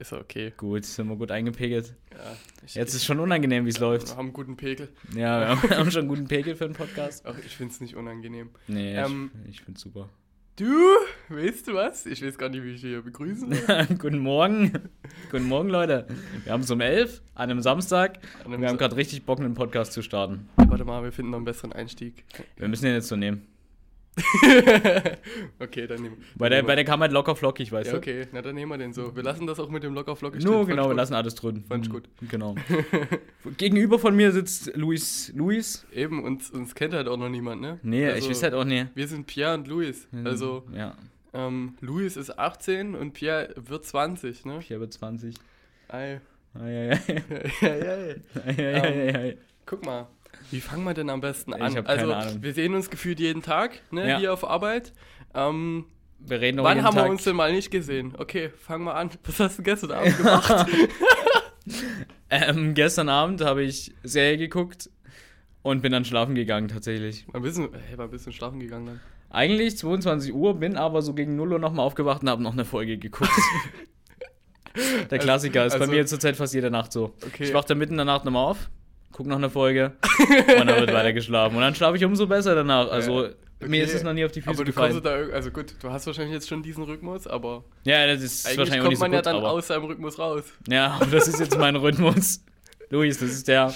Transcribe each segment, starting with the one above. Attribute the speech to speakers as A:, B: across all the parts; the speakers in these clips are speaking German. A: Ist ja okay.
B: Gut, sind wir gut eingepegelt.
A: Ja, ich,
B: Jetzt ist
A: ich,
B: schon unangenehm, wie es läuft.
A: Wir haben einen guten Pegel.
B: Ja, wir haben- wir haben schon einen guten Pegel für den Podcast.
A: Ach, ich finde es nicht unangenehm.
B: Nee,
A: Ähm.
B: ich, ich find's super.
A: Du, willst du was? Ich weiß gar nicht, wie ich hier begrüßen soll.
B: Guten Morgen. Guten Morgen, Leute. Wir haben es um elf an einem Samstag.
A: An einem
B: Wir haben
A: Sa-
B: gerade richtig Bock, einen Podcast zu starten.
A: Also, Warte mal, wir finden noch einen besseren Einstieg.
B: Wir müssen den jetzt so nehmen.
A: okay, dann nehmen wir.
B: Bei der, bei der kam halt locker flockig, weißt
A: ja,
B: du?
A: okay, na dann nehmen wir den so. Wir lassen das auch mit dem locker flockig
B: Nur
A: stehen.
B: genau, wir
A: Fand ich
B: lassen alles drin.
A: Fand ich
B: Mhm,
A: gut.
B: Genau. Gegenüber von mir sitzt Luis. Luis?
A: gut. Eben, uns, uns kennt halt auch noch niemand, ne?
B: Nee,
A: Also,
B: ich weiß halt auch nicht.
A: Wir sind Pierre und Luis. Also,
B: Ja,
A: ähm, Luis ist 18 und Pierre wird 20, ne?
B: ich habe 20.
A: Ei.
B: Ei, ei,
A: Ähm,
B: ei.
A: Eieiei.
B: Ei, ei, ei, ei.
A: Guck mal, wie fangen wir denn am besten an?
B: Ich hab
A: also,
B: keine Ahnung.
A: wir sehen uns gefühlt jeden Tag, ne,
B: Ja.
A: hier auf Arbeit. Ähm,
B: Wir reden noch
A: wann
B: jeden
A: haben
B: Tag.
A: wir uns denn mal nicht gesehen? Okay, fangen wir an. Was hast du gestern Abend gemacht?
B: Ähm, gestern Abend habe ich Serie geguckt und bin dann schlafen gegangen tatsächlich.
A: Mal ein bisschen, hey, mal ein bisschen schlafen gegangen dann.
B: Eigentlich 22 Uhr, bin aber so gegen 0 Uhr nochmal aufgewacht und habe noch eine Folge geguckt. Der Klassiker ist
A: also-
B: bei mir zurzeit fast jede Nacht so.
A: Okay.
B: Ich wach dann mitten in der Nacht nochmal auf, guck noch eine Folge und dann wird weiter geschlafen. Und dann schlafe ich umso besser danach. Also
A: Ja, okay.
B: mir ist es noch nie auf die Füße
A: aber du kommst
B: gefallen.
A: da, irg- also gut, du hast wahrscheinlich jetzt schon diesen Rhythmus, aber
B: Ja, das ist
A: eigentlich
B: wahrscheinlich auch
A: kommt
B: nicht so
A: man
B: gut,
A: ja dann
B: aber
A: aus seinem Rhythmus raus.
B: Ja, und das ist jetzt mein Rhythmus. Luis, das ist der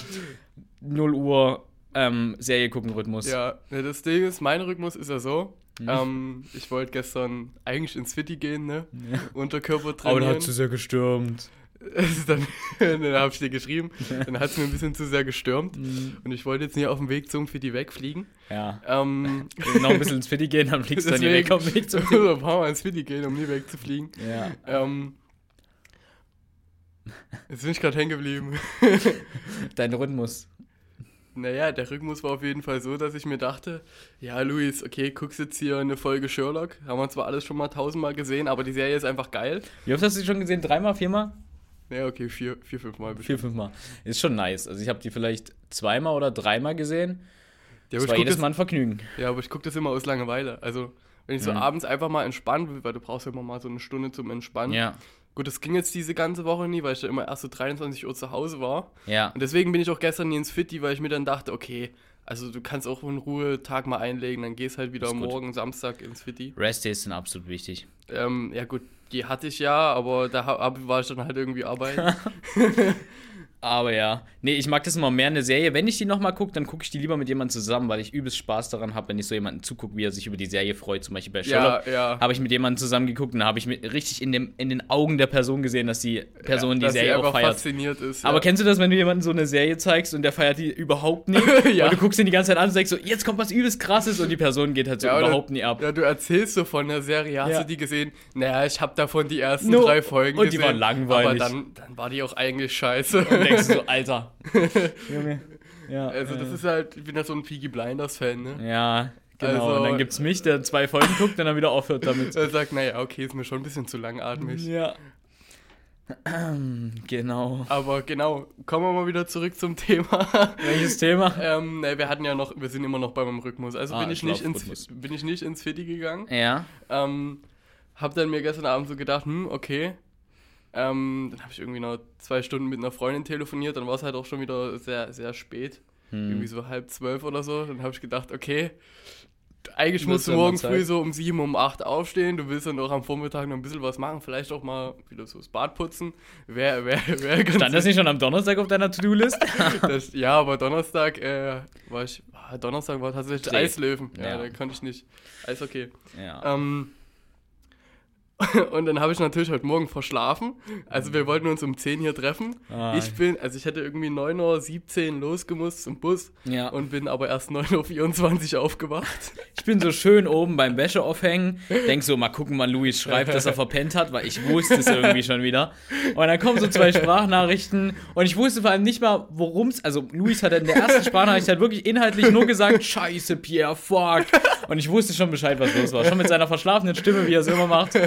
B: 0 Uhr ähm, Serie gucken Rhythmus.
A: Ja, ne, das Ding ist, mein Rhythmus ist ja so.
B: Mhm.
A: Ähm, ich wollte gestern eigentlich ins Fitti gehen, ne?
B: Ja.
A: Unterkörper
B: Hm. Aber
A: trainieren.
B: da hat zu sehr gestürmt.
A: Also dann dann habe ich dir geschrieben, dann hat es mir ein bisschen zu sehr gestürmt
B: Mhm.
A: und ich wollte jetzt nicht auf dem Weg zum Fitti wegfliegen.
B: Ja.
A: Ähm,
B: Noch ein bisschen ins Fitti gehen, dann fliegst du dann hier weg auf dem Weg zum Fitti.
A: so ein paar Mal ins Fitti gehen, um nie wegzufliegen.
B: Ja.
A: Ähm, jetzt bin ich gerade hängen geblieben.
B: Dein Rhythmus.
A: Naja, der Rhythmus war auf jeden Fall so, dass ich mir dachte, ja Luis, okay, guckst jetzt hier eine Folge Sherlock, haben wir zwar alles schon mal tausendmal gesehen, aber die Serie ist einfach geil.
B: Wie oft hast du die schon gesehen? Dreimal, viermal?
A: Naja, okay, vier, vier fünfmal bestimmt.
B: Vier, fünfmal. Ist schon nice. Also ich habe die vielleicht zweimal oder dreimal gesehen.
A: Ja, aber
B: Das
A: ich
B: war
A: guck
B: jedes
A: das-
B: Mal ein Vergnügen.
A: Ja, aber ich gucke das immer aus Langeweile. Also, wenn ich so
B: Mhm.
A: abends einfach mal entspannen will, weil du brauchst ja immer mal so eine Stunde zum Entspannen.
B: Ja.
A: Gut, das ging jetzt diese ganze Woche nie, weil ich da immer erst so 23 Uhr zu Hause war.
B: Ja.
A: Und deswegen bin ich auch gestern nie ins Fitti, weil ich mir dann dachte, okay, also du kannst auch einen Ruhetag mal einlegen, dann gehst halt wieder
B: Ist gut.
A: morgen Samstag ins Fitti.
B: Rest Days sind absolut wichtig.
A: Ähm, ja gut, die hatte ich ja, aber da hab- hab, war ich dann halt irgendwie arbeiten.
B: Aber ja. Nee, ich mag das immer mehr eine Serie. Wenn ich die nochmal gucke, dann gucke ich die lieber mit jemandem zusammen, weil ich übelst Spaß daran habe, wenn ich so jemanden zugucke, wie er sich über die Serie freut. Zum Beispiel bei Sherlock.
A: ja, ja.
B: Habe ich mit jemandem zusammengeguckt und da habe ich mit, richtig in, dem, in den Augen der Person gesehen, dass die Person die
A: dass sie
B: Serie
A: einfach
B: auch feiert.
A: fasziniert ist.
B: Aber
A: ja.
B: kennst du das, wenn du jemandem so eine Serie zeigst und der feiert die überhaupt nicht?
A: Ja.
B: Und du guckst ihn die ganze Zeit an und denkst so, jetzt kommt was übelst krasses und die Person geht halt so
A: Ja, oder-
B: überhaupt nie ab.
A: Ja, du erzählst so von der Serie, hast
B: Ja.
A: du die gesehen? Naja, ich habe davon die ersten
B: No.
A: drei Folgen
B: Und die
A: gesehen.
B: waren langweilig.
A: Aber dann, dann war die auch eigentlich
B: Und
A: scheiße.
B: denkst du so, Alter. Junge. Ja.
A: Also das
B: äh,
A: ist halt, ich bin ja so ein Peaky Blinders-Fan, ne?
B: Ja, genau.
A: Also-
B: und dann gibt's mich, der zwei Folgen guckt und dann wieder aufhört damit.
A: Er sagt, naja, okay, ist mir schon ein bisschen zu langatmig.
B: ja. Genau.
A: Aber genau, kommen wir mal wieder zurück zum Thema.
B: Welches Thema?
A: ähm, ne, wir hatten ja noch, wir sind immer noch bei meinem Rhythmus. Also
B: Ah,
A: bin, ich nicht ins,
B: Schlafrhythmus.
A: bin ich nicht ins Fitti gegangen.
B: Ja.
A: Ähm, hab dann mir gestern Abend so gedacht, hm, okay. Ähm, dann habe ich irgendwie noch zwei Stunden mit einer Freundin telefoniert, dann war es halt auch schon wieder sehr, sehr spät. Irgendwie so halb zwölf oder so. Dann habe ich gedacht, okay, eigentlich musst
B: Wird's
A: du
B: dann mal
A: morgen
B: Zeit.
A: früh so um sieben, um acht aufstehen. Du willst dann auch am Vormittag noch ein bisschen was machen, vielleicht auch mal wieder so das Bad putzen. Wer, wer, wer ganz
B: Stand das nicht schon am Donnerstag auf deiner To-Do-List?
A: das, Ja, aber Donnerstag äh, war ich. ah, Donnerstag war tatsächlich
B: Klee.
A: Eislöwen. Ja,
B: Ja.
A: da konnte ich nicht. Alles okay.
B: ja.
A: Ähm, und dann habe ich natürlich heute Morgen verschlafen. Also wir wollten uns um 10 hier treffen.
B: Ah.
A: Ich bin, also ich hätte irgendwie 9.17 Uhr losgemusst zum Bus
B: ja.
A: und bin aber erst 9.24 Uhr aufgewacht.
B: Ich bin so schön oben beim Wäsche aufhängen, denk so, mal gucken, wann Luis schreibt, dass er verpennt hat, weil ich wusste es irgendwie schon wieder. Und dann kommen so zwei Sprachnachrichten und ich wusste vor allem nicht mal, worum es, also Luis hat in der ersten Sprachnachricht halt wirklich inhaltlich nur gesagt, scheiße, Pierre, fuck. Und ich wusste schon Bescheid, was los war. Schon mit seiner verschlafenen Stimme, wie er es immer macht.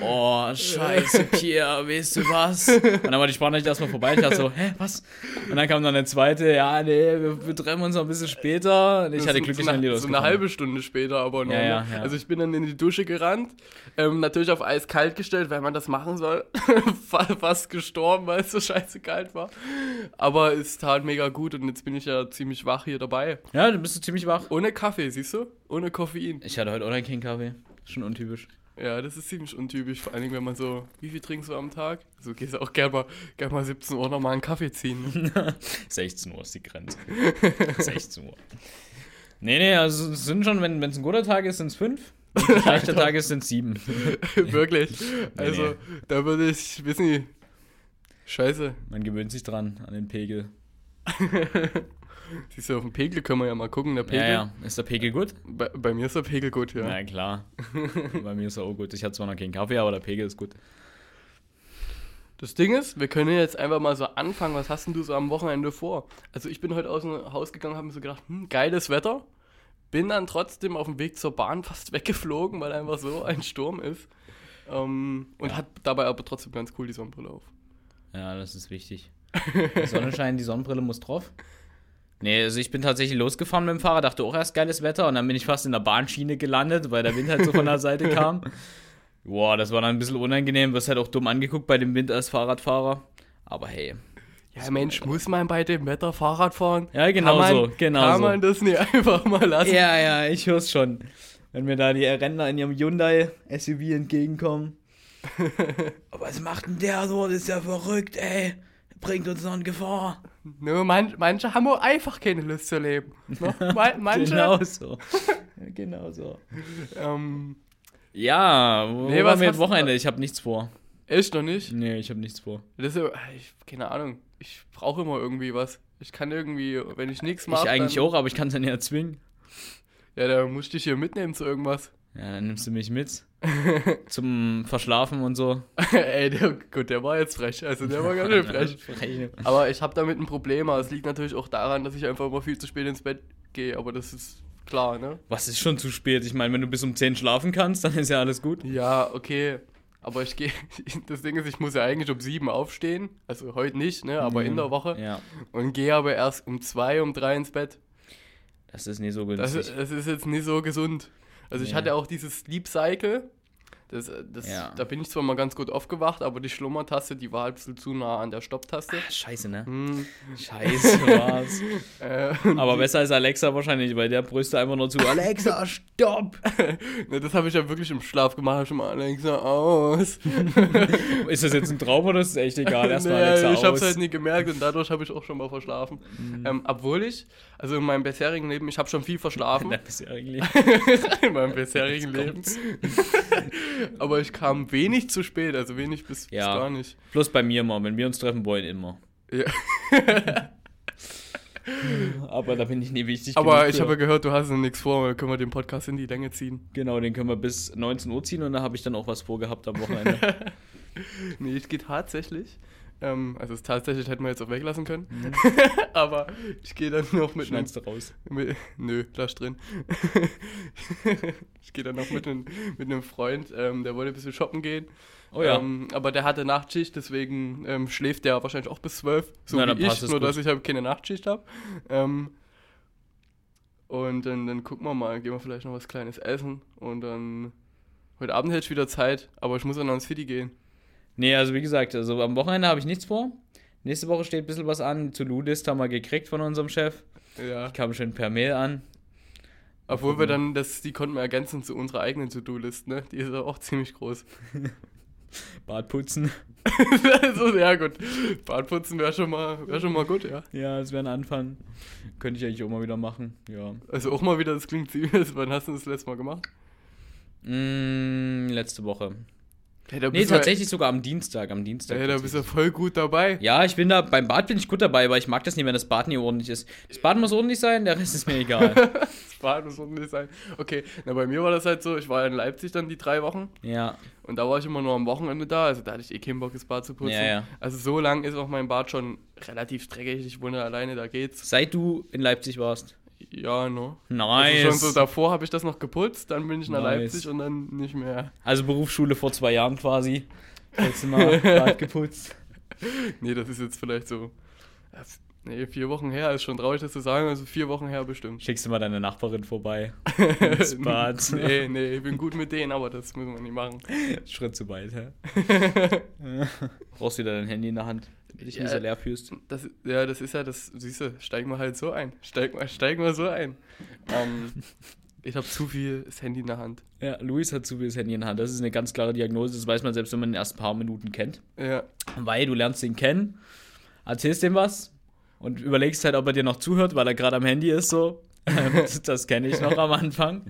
B: oh, scheiße, Pierre, weißt du was? Und dann war die Sprachnachricht erstmal vorbei. Ich dachte so, hä, was? Und dann kam dann eine zweite, ja, nee, wir, wir treffen uns noch ein bisschen später. Und ich
A: Das
B: hatte
A: ist
B: glücklich
A: so
B: ein Lied
A: eine, so eine
B: ausgefunden.
A: halbe Stunde später, aber noch.
B: Ja,
A: ne?
B: ja, ja.
A: Also ich bin dann in die Dusche gerannt, ähm, natürlich auf Eis kalt gestellt, weil man das machen soll. Fa- Fast gestorben, weil es so scheiße kalt war. Aber es tat mega gut und jetzt bin ich ja ziemlich wach hier dabei.
B: Ja, du bist du ziemlich wach.
A: Ohne Kaffee, siehst du? Ohne Koffein.
B: Ich hatte heute auch keinen Kaffee. Schon untypisch.
A: Ja, das ist ziemlich untypisch, vor allen Dingen, wenn man so, wie viel trinkst du am Tag? So gehst du auch gerne mal, gern mal 17 Uhr nochmal einen Kaffee ziehen. ne?
B: 16 Uhr ist die Grenze. 16 Uhr. Nee, nee, also es sind schon, wenn es ein guter Tag ist, sind es fünf. Wenn es ein schlechter Tag ist, sind es sieben.
A: Wirklich. Also,
B: nee.
A: da würde ich, wissen Sie, scheiße.
B: Man gewöhnt sich dran an den Pegel.
A: Siehst du, auf den Pegel können wir ja mal gucken. Der Pegel,
B: Ja, ja. Ist der Pegel gut?
A: Bei, bei mir ist der Pegel gut, ja.
B: Na klar. Bei mir ist er auch gut. Ich hatte zwar noch keinen Kaffee, aber der Pegel ist gut.
A: Das Ding ist, wir können jetzt einfach mal so anfangen. Was hast denn du so am Wochenende vor? Also ich bin heute aus dem Haus gegangen, habe mir so gedacht, hm, geiles Wetter. Bin dann trotzdem auf dem Weg zur Bahn fast weggeflogen, weil einfach so ein Sturm ist. Ähm, und hat dabei aber trotzdem ganz cool die Sonnenbrille auf.
B: Ja, das ist wichtig. Die Sonne scheint, die Sonnenbrille muss drauf. Nee, also ich bin tatsächlich losgefahren mit dem Fahrrad, dachte auch erst geiles Wetter und dann bin ich fast in der Bahnschiene gelandet, weil der Wind halt so von der Seite kam. Boah, das war dann ein bisschen unangenehm, wirst halt auch dumm angeguckt bei dem Wind als Fahrradfahrer. Aber hey.
A: Ja, Mensch, muss man bei dem Wetter Fahrrad fahren?
B: Ja, genau
A: kann man,
B: so, genau
A: Kann
B: so.
A: man das nicht einfach mal lassen?
B: Ja, ja, ich hör's schon. Wenn mir da die Renner in ihrem Hyundai SUV entgegenkommen. Aber was macht denn der so? Das ist ja verrückt, ey. Bringt uns noch in Gefahr.
A: Nur man, manche haben auch einfach keine Lust zu leben. Ne? Man, manche,
B: Genau so. genau so.
A: ähm,
B: Ja, wo
A: Nee,
B: nee,
A: was
B: war mir
A: hast-
B: das Wochenende? Ich habe nichts vor.
A: echt noch nicht.
B: Nee, ich habe nichts vor.
A: Das ist, ja- ich, keine Ahnung, ich brauche immer irgendwie was. Ich kann irgendwie, wenn ich nichts mache.
B: ich eigentlich
A: dann,
B: auch, aber ich kann es ja nicht erzwingen.
A: Ja, dann musst du dich hier mitnehmen zu irgendwas.
B: Ja, dann nimmst du mich mit. Zum Verschlafen und so.
A: Ey, der, gut, der war jetzt frech. Also, der war ganz schön frech.
B: Frech.
A: Aber ich habe damit ein Problem. Aber es liegt natürlich auch daran, dass ich einfach immer viel zu spät ins Bett gehe. Aber das ist klar, ne?
B: Was ist schon zu spät? Ich meine, wenn du bis um 10 schlafen kannst, dann ist ja alles gut.
A: Ja, okay. Aber ich gehe, das Ding ist, ich muss ja eigentlich um sieben aufstehen. Also heute nicht, ne? Aber in der Woche.
B: Mhm. Ja,
A: Und gehe aber erst um zwei, um drei ins Bett.
B: das ist nicht so günstig.
A: Das, ist- äh, das ist jetzt nicht so gesund. Also ich
B: Nee.
A: hatte auch dieses Sleep Cycle. Das, das,
B: Ja.
A: Da bin ich zwar mal ganz gut aufgewacht, aber die Schlummertaste, die war ein bisschen zu nah an der Stopptaste.
B: Ah, scheiße, ne?
A: Hm,
B: Scheiße war's.
A: äh,
B: Aber besser als Alexa wahrscheinlich, weil der brüste einfach nur zu. Alexa, stopp!
A: ne, das habe ich ja wirklich im Schlaf gemacht, hab schon mal Alexa aus.
B: Ist das jetzt ein Traum oder ist es echt egal? Erstmal
A: Nee,
B: Alexa
A: ich habe
B: aus. Mhm.
A: es halt nie gemerkt und dadurch habe ich auch schon mal verschlafen. Ähm, obwohl ich, also in meinem bisherigen Leben, ich habe schon viel verschlafen.
B: Na, bist du eigentlich-
A: in meinem bisherigen
B: Jetzt
A: Leben. aber ich kam wenig zu spät, also wenig bis,
B: Ja.
A: bis gar nicht.
B: Bloß bei mir immer, wenn wir uns treffen wollen, immer.
A: Ja.
B: Aber da bin ich nie wichtig.
A: Aber
B: genug
A: ich
B: für.
A: habe ja gehört, du hast noch nichts vor, können wir den Podcast in die Länge ziehen.
B: Genau, den können wir bis 19 Uhr ziehen und da habe ich dann auch was vorgehabt am
A: Genau.
B: Wochenende.
A: Nee, ich gehe tatsächlich. Ähm, also es tatsächlich hätten wir jetzt auch weglassen können. Aber ich gehe dann noch mit einem.
B: Schneidest du raus.
A: mit- Nö, lass drin. ich gehe dann noch mit einem mit einem Freund, ähm, der wollte ein bisschen shoppen gehen.
B: Oh ja.
A: Ähm, aber der hatte Nachtschicht, deswegen ähm, schläft der wahrscheinlich auch bis zwölf, so
B: Na, dann
A: wie ich,
B: passt es
A: nur
B: gut.
A: dass ich halt keine Nachtschicht habe. Ähm, und dann, dann gucken wir mal, gehen wir vielleicht noch was Kleines essen und dann heute Abend hätte ich wieder Zeit, aber ich muss dann noch ins City gehen.
B: Nee, also wie gesagt, also am Wochenende habe ich nichts vor. Nächste Woche steht ein bisschen was an. Zu list haben wir gekriegt von unserem Chef.
A: Ja.
B: Kam schön per Mail an.
A: Obwohl wir dann, das, die konnten wir ergänzen zu unserer eigenen To-Do-List, ne? Die ist ja auch ziemlich groß.
B: Bad putzen.
A: also, ja gut, Badputzen wäre schon, mal- wär schon mal gut, ja.
B: Ja, das wäre ein Anfang. Könnte ich eigentlich auch mal wieder machen. Ja.
A: Also auch mal wieder, das klingt ziemlich, wann hast du das letzte Mal gemacht?
B: Mm, letzte Woche.
A: Hey, da
B: Nee, tatsächlich sogar am Dienstag. Am Dienstag.
A: Hey, da bist du
B: tatsächlich.
A: voll gut dabei.
B: ja, ich bin da, beim Bad bin ich gut dabei, aber ich mag das nicht, wenn das Bad nie ordentlich ist. Das Bad muss ordentlich sein, der Rest ist mir egal.
A: Sparen muss man nicht sein. Okay, na bei mir war das halt so, ich war in Leipzig dann die drei Wochen
B: ja.
A: und da war ich immer nur am Wochenende da, also da hatte ich eh keinen Bock, das Bad zu putzen.
B: Ja, ja.
A: Also so lang ist auch mein Bad schon relativ dreckig, ich wohne alleine, da geht's.
B: Seit du in Leipzig warst.
A: Ja, ne.
B: Nice.
A: Also schon so davor habe ich das noch geputzt, dann bin ich nach
B: Nice.
A: Leipzig und dann nicht mehr.
B: Also Berufsschule vor zwei Jahren quasi. Letztes Mal gerade Ah, geputzt.
A: Nee, das ist jetzt vielleicht so. äh, f- Nee, vier Wochen her ist schon traurig, das zu sagen, also vier Wochen her bestimmt.
B: Schickst du mal deine Nachbarin vorbei. Ins Bad.
A: nee, nee, ich bin gut mit denen, aber das müssen wir nicht machen.
B: Schritt zu weit, hä? Brauchst wieder dein Handy in der Hand, damit dich nicht
A: Ja.
B: so leer fühlst.
A: Das, ja, das ist ja das, siehst du, steigen wir halt so ein. Steigen wir, steigen wir so ein. Ähm, ich habe zu viel das Handy in der Hand.
B: Ja, Luis hat zu viel das Handy in der Hand. Das ist eine ganz klare Diagnose. Das weiß man selbst, wenn man den ersten paar Minuten kennt.
A: Ja,
B: Weil du lernst ihn kennen, erzählst ihm was und überlegst halt, ob er dir noch zuhört, weil er gerade am Handy ist so. das kenne ich noch am Anfang.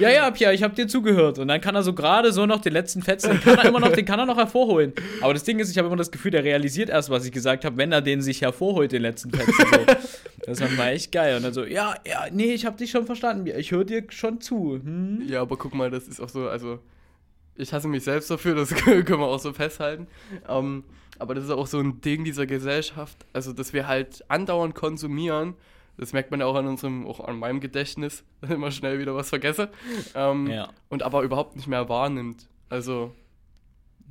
B: Ja, ja, Pia, ich habe dir zugehört. Und dann kann er so gerade so noch den letzten Fetzen, den kann er immer noch, den kann er noch hervorholen. Aber das Ding ist, ich habe immer das Gefühl, der realisiert erst, was ich gesagt habe, wenn er den sich hervorholt, den letzten Fetzen. So. Das war mal echt geil. Und dann so, ja, ja, nee, ich habe dich schon verstanden. Pia. Ich höre dir schon zu. Hm?
A: ja, aber guck mal, das ist auch so, also ich hasse mich selbst dafür, das können wir auch so festhalten. Ähm, aber das ist auch so ein Ding dieser Gesellschaft, also dass wir halt andauernd konsumieren. Das merkt man ja auch an unserem, auch an meinem Gedächtnis, dass ich immer schnell wieder was vergesse. Ähm,
B: Ja.
A: Und aber überhaupt nicht mehr wahrnimmt. Also,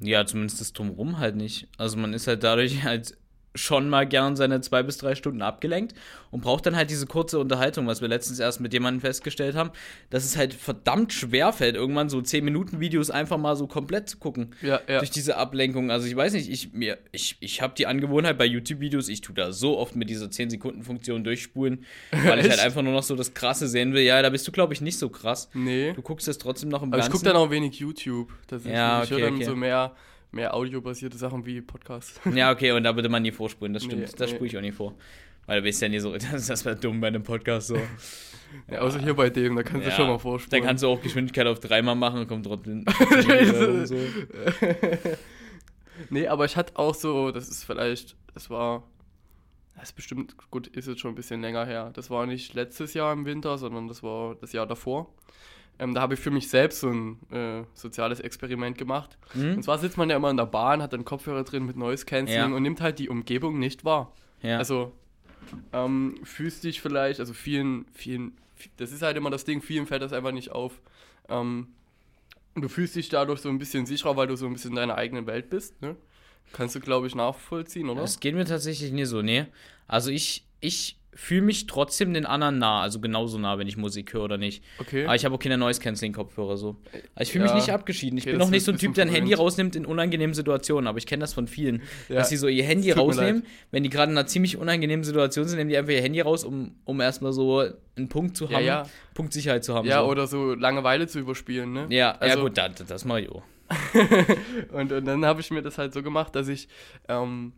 B: Ja, zumindest das Drumherum halt nicht. Also man ist halt dadurch halt schon mal gern seine zwei bis drei Stunden abgelenkt und braucht dann halt diese kurze Unterhaltung, was wir letztens erst mit jemandem festgestellt haben, dass es halt verdammt schwer fällt, irgendwann so 10-Minuten-Videos einfach mal so komplett zu gucken.
A: ja, ja.
B: Durch diese Ablenkung. Also ich weiß nicht, ich mir, ich, ich habe die Angewohnheit bei YouTube-Videos, ich tue da so oft mit dieser 10-Sekunden-Funktion durchspulen, weil ich halt
A: Echt?
B: einfach nur noch so das Krasse sehen will. Ja, da bist du, glaube ich, nicht so krass.
A: Nee.
B: Du guckst das trotzdem noch im
A: Aber ich
B: Ganzen.
A: gucke dann auch wenig YouTube. Tatsächlich.
B: Ja,
A: ich höre
B: okay,
A: dann
B: okay.
A: so mehr, mehr audiobasierte Sachen wie Podcasts.
B: Ja, okay, und da würde man nie vorspulen, das stimmt.
A: Nee,
B: das
A: nee.
B: spule ich auch nie vor. Weil du bist ja nie so, das, das wäre dumm bei einem Podcast so.
A: Ja, außer hier bei dem, da kannst
B: ja,
A: du schon mal vorspulen.
B: Dann kannst du auch Geschwindigkeit auf dreimal machen und kommt trotzdem. so.
A: nee, aber ich hatte auch so, das ist vielleicht, das war, das ist bestimmt, gut, ist jetzt schon ein bisschen länger her. Das war nicht letztes Jahr im Winter, sondern das war das Jahr davor. Ähm, da habe ich für mich selbst so ein äh, soziales Experiment gemacht.
B: Hm?
A: Und zwar sitzt man ja immer in der Bahn, hat einen Kopfhörer drin mit Noise Cancelling
B: Ja.
A: und nimmt halt die Umgebung nicht wahr.
B: Ja.
A: Also, ähm, fühlst dich vielleicht, also vielen, vielen, das ist halt immer das Ding, vielen fällt das einfach nicht auf. Ähm, und du fühlst dich dadurch so ein bisschen sicherer, weil du so ein bisschen in deiner eigenen Welt bist, ne? Kannst du, glaube ich, nachvollziehen, oder?
B: Das geht mir tatsächlich nie so, nee. Also ich, ich fühle mich trotzdem den anderen nah, also genauso nah, wenn ich Musik höre oder nicht.
A: Okay.
B: Aber Ah, ich habe auch keine Noise-Canceling-Kopfhörer so. Also ich fühle
A: Ja.
B: mich nicht abgeschieden. Ich
A: Okay,
B: bin
A: das
B: auch nicht so ein
A: ist
B: Typ,
A: ein
B: der ein Handy
A: Problem.
B: rausnimmt in unangenehmen Situationen, aber ich kenne das von vielen,
A: Ja.
B: dass sie so ihr Handy
A: Es tut mir
B: rausnehmen, wenn die gerade in einer ziemlich unangenehmen Situation sind, nehmen die einfach ihr Handy raus, um, um erstmal so einen Punkt zu
A: Ja,
B: haben,
A: ja.
B: Punkt Sicherheit zu haben.
A: ja,
B: so.
A: oder so Langeweile zu überspielen, ne?
B: Ja,
A: Also-
B: ja gut, das, das mache ich auch.
A: Und, und dann habe ich mir das halt so gemacht, dass ich, ähm,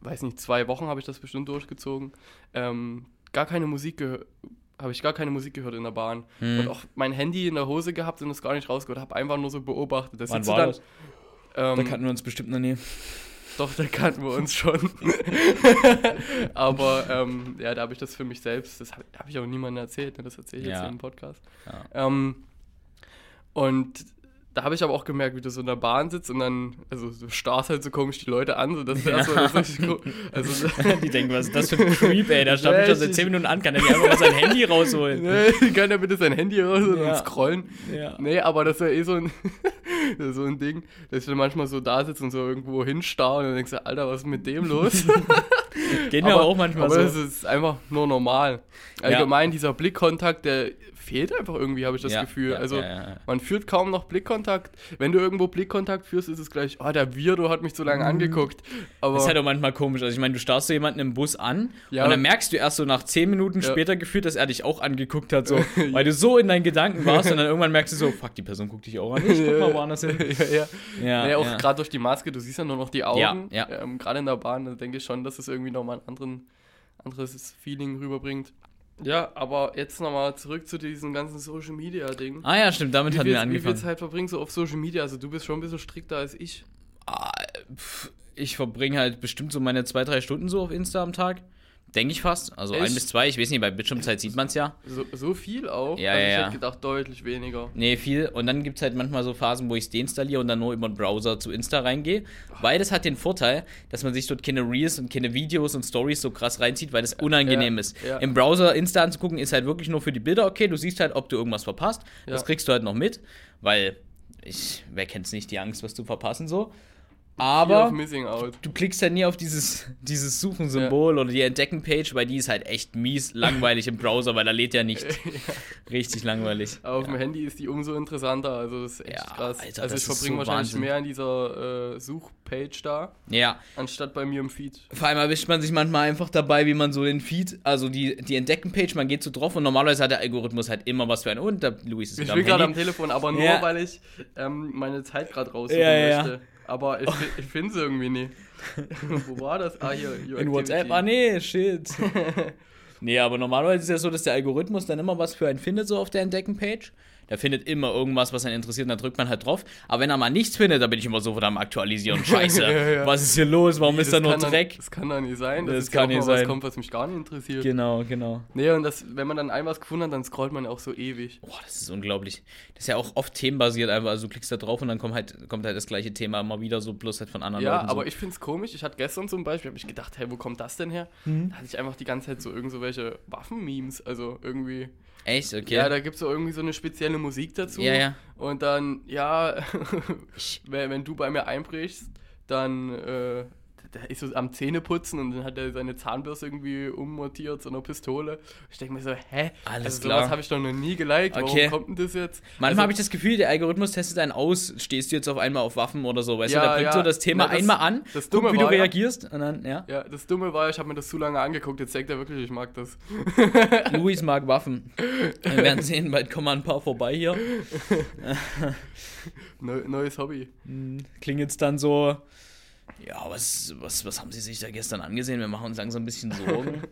A: weiß nicht, zwei Wochen habe ich das bestimmt durchgezogen. Ähm, gar keine Musik gehört. Habe ich gar keine Musik gehört in der Bahn.
B: Hm.
A: Und auch mein Handy in der Hose gehabt und es gar nicht rausgehört. Habe einfach nur so beobachtet. Das
B: Wann
A: sitzt du
B: war
A: dann,
B: das?
A: Ähm,
B: Da kannten wir uns bestimmt noch nie.
A: Doch, da kannten wir uns schon. Aber ähm, ja, da habe ich das für mich selbst, das habe hab ich auch niemandem erzählt, ne? das erzähle ich jetzt
B: Ja.
A: hier im Podcast.
B: Ja.
A: Ähm, und da habe ich aber auch gemerkt, wie du so in der Bahn sitzt und dann, also du starrst halt so komisch die Leute an, so dass du
B: Ja.
A: erstmal das richtig ko- also,
B: Die denken, was ist das für ein Creep, ey? Da stand ich schon seit
A: Richtig.
B: 10 Minuten an, kann er mir einfach mal sein Handy rausholen.
A: ne, kann ja bitte sein Handy raus
B: Ja.
A: und scrollen.
B: Ja.
A: Nee, aber das ist ja eh so ein, das ist so ein Ding, dass ich dann manchmal so da sitze und so irgendwo hinstarre und dann denkst du, Alter, was ist mit dem los?
B: Gehen wir aber auch manchmal
A: aber
B: so.
A: das ist einfach nur normal. Allgemein, dieser Blickkontakt, der fehlt einfach irgendwie, habe ich das
B: Ja,
A: Gefühl.
B: ja,
A: also,
B: ja, ja, ja.
A: man führt kaum noch Blickkontakt. Wenn du irgendwo Blickkontakt führst, ist es gleich, oh, der Virdo hat mich so lange angeguckt. Aber
B: Mhm. Das ist halt auch manchmal komisch. Also ich meine, du starrst so jemanden im Bus an
A: Ja.
B: und dann merkst du erst so nach zehn Minuten
A: Ja.
B: später gefühlt, dass er dich auch angeguckt hat, so, weil du so in deinen Gedanken warst und dann irgendwann merkst du so, fuck, die Person guckt dich auch an. Ich guck mal woanders hin.
A: ja, ja.
B: Ja,
A: Ja, auch
B: ja.
A: gerade durch die Maske, du siehst ja nur noch die Augen.
B: Ja,
A: Ähm, gerade in der Bahn, da denke ich schon, dass es irgendwie nochmal ein anderen, anderes Feeling rüberbringt. Ja, aber jetzt nochmal zurück zu diesem ganzen Social Media Ding.
B: Ah ja, stimmt, damit
A: wie
B: hatten
A: viel,
B: wir
A: wie viel
B: angefangen.
A: Zeit verbringst du auf Social Media? Also du bist schon ein bisschen strikter als ich.
B: halt Ah, pf, ich verbringe halt bestimmt so meine zwei, drei Stunden so auf Insta am Tag. Denke ich fast. Also
A: Echt?
B: ein bis zwei, ich weiß nicht, bei Bildschirmzeit sieht man es ja.
A: So, so viel auch?
B: Ja,
A: also ich
B: ja, ja.
A: hätte gedacht, deutlich weniger.
B: Nee, viel. Und dann gibt es halt manchmal so Phasen, wo ich es deinstalliere und dann nur über den Browser zu Insta reingehe. Beides hat den Vorteil, dass man sich dort keine Reels und keine Videos und Stories so krass reinzieht, weil das unangenehm
A: Ja,
B: ist.
A: ja.
B: Im Browser Insta anzugucken ist halt wirklich nur für die Bilder okay. Du siehst halt, ob du irgendwas verpasst. Das
A: Ja.
B: kriegst du halt noch mit, weil ich, wer kennt's nicht, die Angst, was zu verpassen so. Aber
A: Fear of Missing Out.
B: du klickst ja nie auf dieses, dieses Suchensymbol oder die Entdecken-Page, weil die ist halt echt mies langweilig im Browser, weil da lädt ja nichts. Richtig langweilig.
A: Aber auf dem Handy ist die umso interessanter, also das ist echt
B: Ja,
A: krass.
B: Alter,
A: also
B: das
A: ich
B: ist
A: verbringe
B: so
A: wahrscheinlich
B: Wahnsinn.
A: mehr an dieser äh, Suchpage da,
B: Ja,
A: anstatt bei mir im Feed.
B: vor allem erwischt man sich manchmal einfach dabei, wie man so den Feed, also die, die Entdecken-Page, man geht so drauf und normalerweise hat der Algorithmus halt immer was für einen. Und der Luis ist
A: Ich
B: wieder
A: bin
B: am
A: gerade am
B: Handy.
A: Telefon, aber nur,
B: Ja.
A: weil ich ähm, meine Zeit gerade raussuchen
B: Ja, ja, ja.
A: möchte. Aber ich, fi- ich finde es irgendwie nie. Wo war das? Ah, hier. your
B: In
A: activity.
B: WhatsApp, ah nee, shit. nee, aber normalerweise ist ja so, dass der Algorithmus dann immer was für einen findet, so auf der Entdecken-Page. Der findet immer irgendwas, was einen interessiert, und da drückt man halt drauf. Aber wenn er mal nichts findet, dann bin ich immer sofort am Aktualisieren. Scheiße,
A: Ja, ja.
B: was ist hier los? Warum ist da
A: Das
B: nur
A: kann doch-
B: Dreck?
A: Das kann doch nicht sein, dass
B: Das
A: es
B: kann
A: kann auch
B: nicht
A: mal
B: sein.
A: was kommt, was mich gar nicht interessiert.
B: Genau, genau.
A: nee, und das, wenn man dann einmal was gefunden hat, dann scrollt man ja auch so ewig.
B: Boah, das ist unglaublich. Das ist ja auch oft themenbasiert einfach. Also du klickst da drauf und dann kommt halt, kommt halt das gleiche Thema immer wieder, so bloß halt von anderen
A: Ja,
B: Leuten.
A: aber
B: so.
A: ich finde es komisch. Ich hatte gestern zum Beispiel, habe ich gedacht, hey, wo kommt das denn her?
B: Mhm.
A: Da hatte ich einfach die ganze Zeit so irgend so welche Waffen-Memes, also irgendwie.
B: Echt? Okay.
A: Ja, da gibt es so irgendwie so eine spezielle Musik dazu.
B: Ja, ja.
A: Und dann, ja, wenn, wenn du bei mir einbrichst, dann äh, der ist so am Zähneputzen und dann hat er seine Zahnbürste irgendwie ummontiert zu einer Pistole. Ich denke mir so, hä?
B: Alles
A: also
B: klar.
A: sowas habe ich doch noch nie geliked.
B: Okay.
A: Warum kommt denn das jetzt?
B: Manchmal
A: also,
B: habe ich das Gefühl, der Algorithmus testet einen aus. Stehst du jetzt auf einmal auf Waffen oder so, weißt du?
A: Ja,
B: Der bringt
A: ja.
B: so das Thema
A: Na, das-
B: einmal an,
A: das
B: guckt,
A: Dumme
B: wie du
A: war ja-
B: reagierst und dann, ja.
A: Ja, das Dumme war, ich habe mir das zu lange angeguckt. Jetzt denkt er wirklich, ich mag das.
B: Luis mag Waffen. Wir werden sehen, bald kommen mal ein paar vorbei hier.
A: Neu, neues Hobby.
B: Hm, Klingt jetzt dann so. Ja, was, was, was haben Sie sich da gestern angesehen? Wir machen uns langsam ein bisschen Sorgen.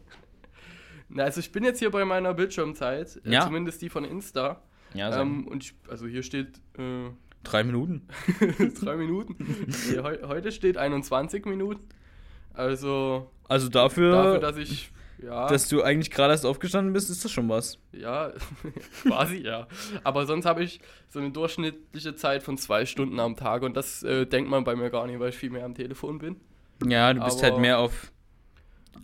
A: Na, also ich bin jetzt hier bei meiner Bildschirmzeit, äh,
B: Ja.
A: zumindest die von Insta.
B: Ja, so
A: Ähm, und ich, also hier steht äh,
B: drei Minuten.
A: drei Minuten. Nee, heu, heute steht 21 Minuten. Also
B: Also dafür,
A: dafür, dass ich ja,
B: dass du eigentlich gerade erst aufgestanden bist, ist das schon was.
A: ja, quasi ja. Aber sonst habe ich so eine durchschnittliche Zeit von zwei Stunden am Tag und das äh, denkt man bei mir gar nicht, weil ich viel mehr am Telefon bin.
B: Ja, du bist
A: Aber-
B: halt mehr auf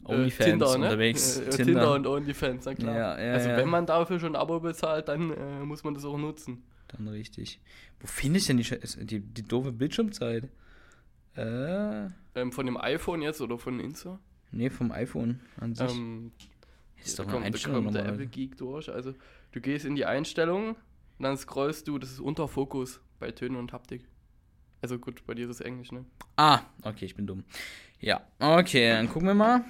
A: Äh,
B: OnlyFans unterwegs.
A: Äh, Tinder.
B: Tinder.
A: und OnlyFans, na klar.
B: Ja, ja,
A: also
B: ja.
A: wenn man dafür schon ein Abo bezahlt, dann äh, muss man das auch nutzen.
B: Dann richtig. Wo finde ich denn die, Scheiß- die, die doofe Bildschirmzeit? Äh,
A: Ähm, von dem iPhone jetzt oder von Insta?
B: nee, vom iPhone an sich.
A: Ähm,
B: ist
A: da
B: doch eine
A: kommt, da
B: Einstellung
A: kommt der
B: nochmal.
A: Apple Geek durch. Also du gehst in die Einstellungen und dann scrollst du, das ist unter Fokus bei Tönen und Haptik. Also gut, bei dir ist es Englisch, ne?
B: Ah, okay, ich bin dumm. Ja, okay, dann gucken wir mal.